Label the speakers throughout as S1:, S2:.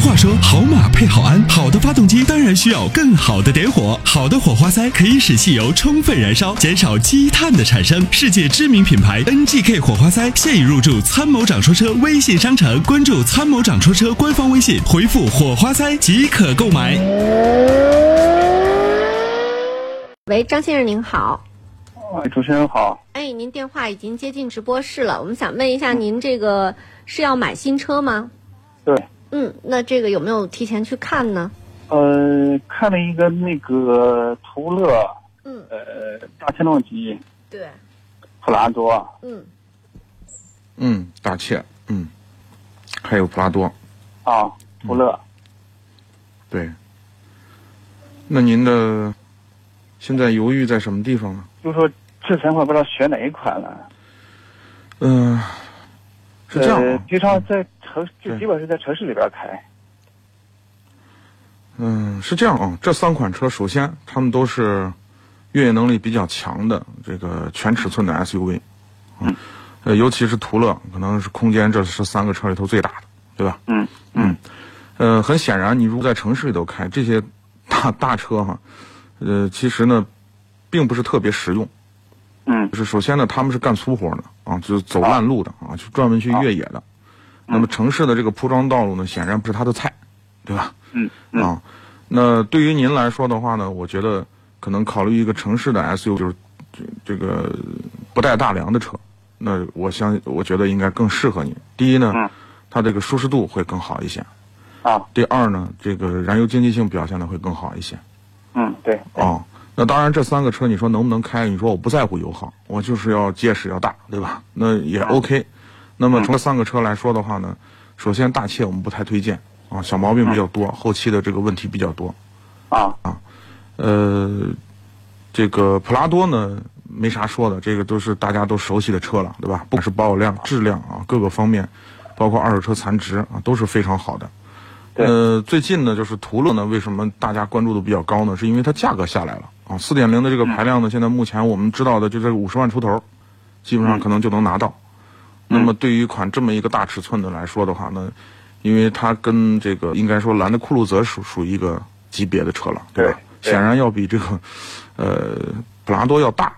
S1: 话说，好马配好鞍，好的发动机当然需要更好的点火。好的火花塞可以使汽油充分燃烧，减少积碳的产生。世界知名品牌 NGK 火花塞现已入驻参谋长说车微信商城，关注参谋长说车官方微信，回复火花塞即可购买。
S2: 喂，张先生您好。
S3: 哎，主持人好。
S2: 哎，您电话已经接进直播室了，我们想问一下，
S4: 嗯
S2: 您这个是要买新车吗？
S3: 对，
S2: 嗯，那这个有没有提前去看呢？
S3: 呃，看了一个那个途乐，
S2: 嗯，
S3: 呃，大切诺基、
S2: 对，
S3: 普拉多，
S2: 嗯，
S4: 嗯，大切，嗯，还有普拉多，
S3: 啊，途乐，
S4: 嗯对。那您的现在犹豫在什么地方呢？
S3: 就说这三款不知道选哪一款了。
S4: 嗯、是这样
S3: 呃
S4: 啊，
S3: 平常在城，就
S4: 对
S3: 基本是在城市里边开。
S4: 嗯、是这样啊。这三款车，首先它们都是越野能力比较强的这个全尺寸的 SUV，嗯，呃，尤其是途乐，可能是空间这是三个车里头最大的，对吧？
S3: 嗯嗯
S4: 呃，很显然，你如果在城市里头开这些大大车哈，呃，其实呢，并不是特别实用。
S3: 嗯
S4: 就是首先呢，他们是干粗活的啊，就是走烂路的啊，就专门去越野的。那么城市的这个铺装道路呢，显然不是他的菜，对吧？
S3: 嗯嗯
S4: 啊，那对于您来说的话呢，我觉得可能考虑一个城市的 SUV，就是这这个不带大梁的车，那我相我觉得应该更适合你。第一呢
S3: 嗯，
S4: 它这个舒适度会更好一些；
S3: 啊
S4: 第二呢，这个燃油经济性表现的会更好一些。
S3: 嗯，对，
S4: 啊、那当然，这三个车你说能不能开？你说我不在乎油耗，我就是要结实要大，对吧？那也 OK。那么从这三个车来说的话呢，首先大切我们不太推荐啊，小毛病比较多，后期的这个问题比较多。
S3: 啊
S4: 呃，这个普拉多呢没啥说的，这个都是大家都熟悉的车了，对吧？不管是保有量、质量啊，各个方面，包括二手车残值啊，都是非常好的。
S3: 对
S4: 呃，最近呢，就是途乐呢，为什么大家关注度比较高呢？是因为它价格下来了啊，四点零的这
S3: 嗯
S4: 个排量呢，现在目前我们知道的就这五十万出头，基本上可能就能拿到。
S3: 嗯
S4: 那么对于一款这么一个大尺寸的来说的话呢，因为它跟这个应该说兰德酷路泽属属于一个级别的车了，吧？
S3: 对对
S4: 显然要比这个呃普拉多要大。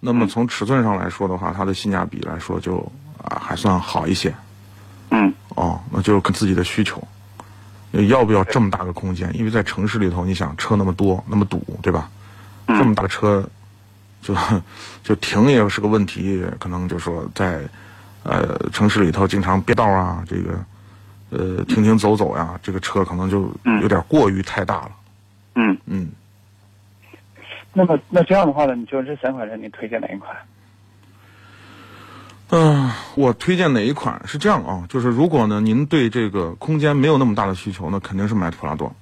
S4: 那
S3: 嗯
S4: 么从尺寸上来说的话，它的性价比来说就啊还算好一些
S3: 嗯
S4: 哦，那就是看自己的需求，要不要这么大个空间？因为在城市里头，你想车那么多，那么堵，对吧？这么大个车，就就停也是个问题，可能就说在呃城市里头经常变道啊，这个呃停停走走呀、这个车可能就有点过于太大了。
S3: 嗯。
S4: 嗯，
S3: 那么那这样的话呢，你就这三款车，你推荐哪一款？
S4: 嗯、我推荐哪一款是这样啊？就是如果呢您对这个空间没有那么大的需求呢，肯定是买普拉多，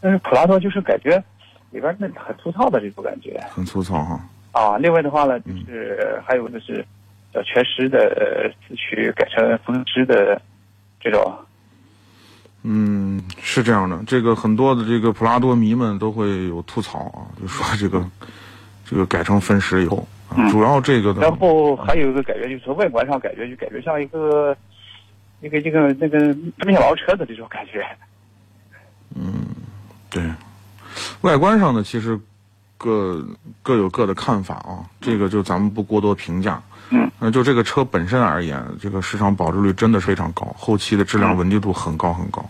S3: 但是普拉多就是感觉里边那很粗糙的这种感觉。
S4: 很粗糙哈、
S3: 啊，另外的话呢，就是还有就是，叫全湿的四驱改成风湿的这种，
S4: 嗯，是这样的，这个很多的这个普拉多迷们都会有吐槽啊，就说这个这个改成分时以后，啊
S3: 嗯
S4: 主要这个的
S3: 然后还有一个感觉就是外观上感觉就感觉像一个，一个一个那个面包车的这种感觉。
S4: 对外观上呢，其实各各有各的看法啊，这个就咱们不过多评价。
S3: 嗯，
S4: 那就这个车本身而言，这个市场保值率真的是非常高，后期的质量稳定度很高很高。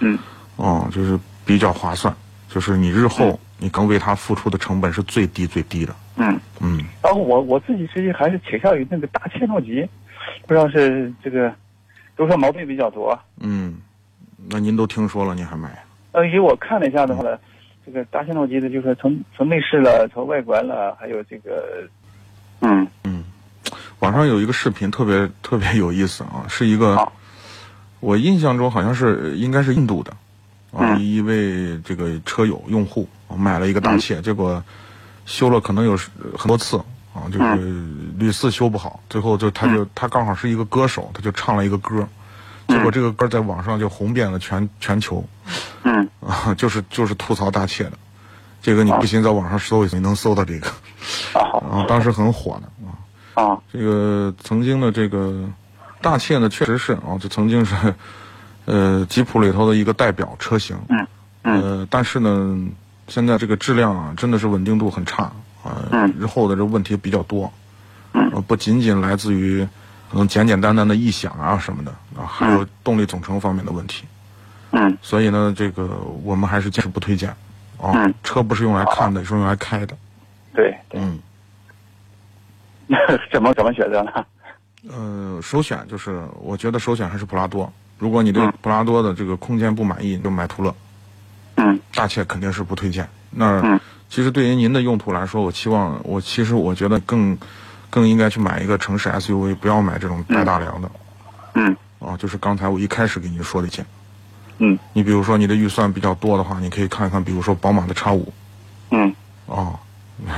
S3: 嗯
S4: 哦，就是比较划算，就是你日后你能为它付出的成本是最低最低的。
S3: 嗯。
S4: 嗯。
S3: 然后我我自己其实还是倾向于那个大切诺基，不知道是这个油车毛病比较多。
S4: 嗯，那您都听说了，您还买？
S3: 呃，以我看了一下的话呢，这个大切诺基的就是从从内饰了，从外观了，还有这个，嗯
S4: 网上有一个视频特别 特别有意思啊，是一个
S3: 好
S4: 我印象中好像是应该是印度的啊，
S3: 嗯
S4: 一位这个车友用户啊买了一个大切，结果修了可能有十很多次啊，就是
S3: 嗯
S4: 屡次修不好，最后就他就他刚好是一个歌手，他就唱了一个歌，结果这个歌在网上就红遍了全全球
S3: 嗯。
S4: 啊， 就是就是吐槽大切的。这个你不行，在网上搜一搜，你能搜到这个
S3: 啊
S4: 啊，当时很火的啊。
S3: 啊
S4: 这个曾经的这个大切呢，确实是啊，这曾经是 呃吉普里头的一个代表车型。
S3: 嗯嗯
S4: 呃，但是呢，现在这个质量啊，真的是稳定度很差啊、
S3: 嗯
S4: 日后的这问题比较多，
S3: 嗯
S4: 呃不仅仅来自于可能简简单单的异响啊什么的啊，还有动力总成方面的问题。
S3: 嗯
S4: 所以呢，这个我们还是坚持不推荐。啊，
S3: 嗯
S4: 车不是用来看的，是用来开的。
S3: 对，
S4: 嗯，
S3: 怎么怎么选择呢？
S4: 呃，首选就是我觉得首选还是普拉多。如果你对
S3: 嗯
S4: 普拉多的这个空间不满意，你就买途乐。
S3: 嗯
S4: 大切肯定是不推荐。那、
S3: 嗯
S4: 其实对于您的用途来说，我期望我其实我觉得更更应该去买一个城市 SUV，不要买这种带大梁的、
S3: 嗯
S4: 啊。就是刚才我一开始给您说的一些，
S3: 嗯
S4: 你比如说你的预算比较多的话，你可以看一看，比如说宝马的 X 五
S3: 嗯，
S4: 啊，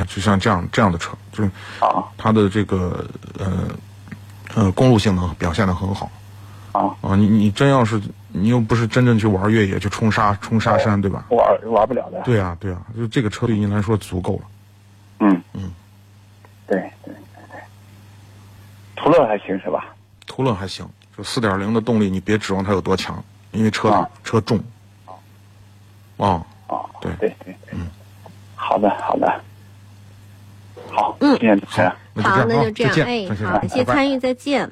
S4: 就像这样这样的车，就是
S3: 好
S4: 它的这个呃呃公路性能表现的很好
S3: 好，
S4: 啊。你你真要是你又不是真正去玩越野去冲沙冲沙山对吧？
S3: 玩玩不了的。
S4: 对啊对啊，就这个车对您来说足够了。
S3: 嗯
S4: 嗯，
S3: 对对对对，途乐还行是吧？
S4: 途乐还行，就四点零的动力，你别指望它有多强，因为车、
S3: 啊
S4: 车重。啊，
S3: 哦，
S4: 对嗯
S3: 对对对，好的好的，好，
S2: 嗯
S3: 谢谢主持人。
S4: 那就这
S2: 好，
S4: 样
S2: 那
S4: 啊，
S2: 就这样，
S4: 再见
S2: 哎
S4: 张，先生
S2: 好，感谢
S4: 拜拜
S2: 参与，再见。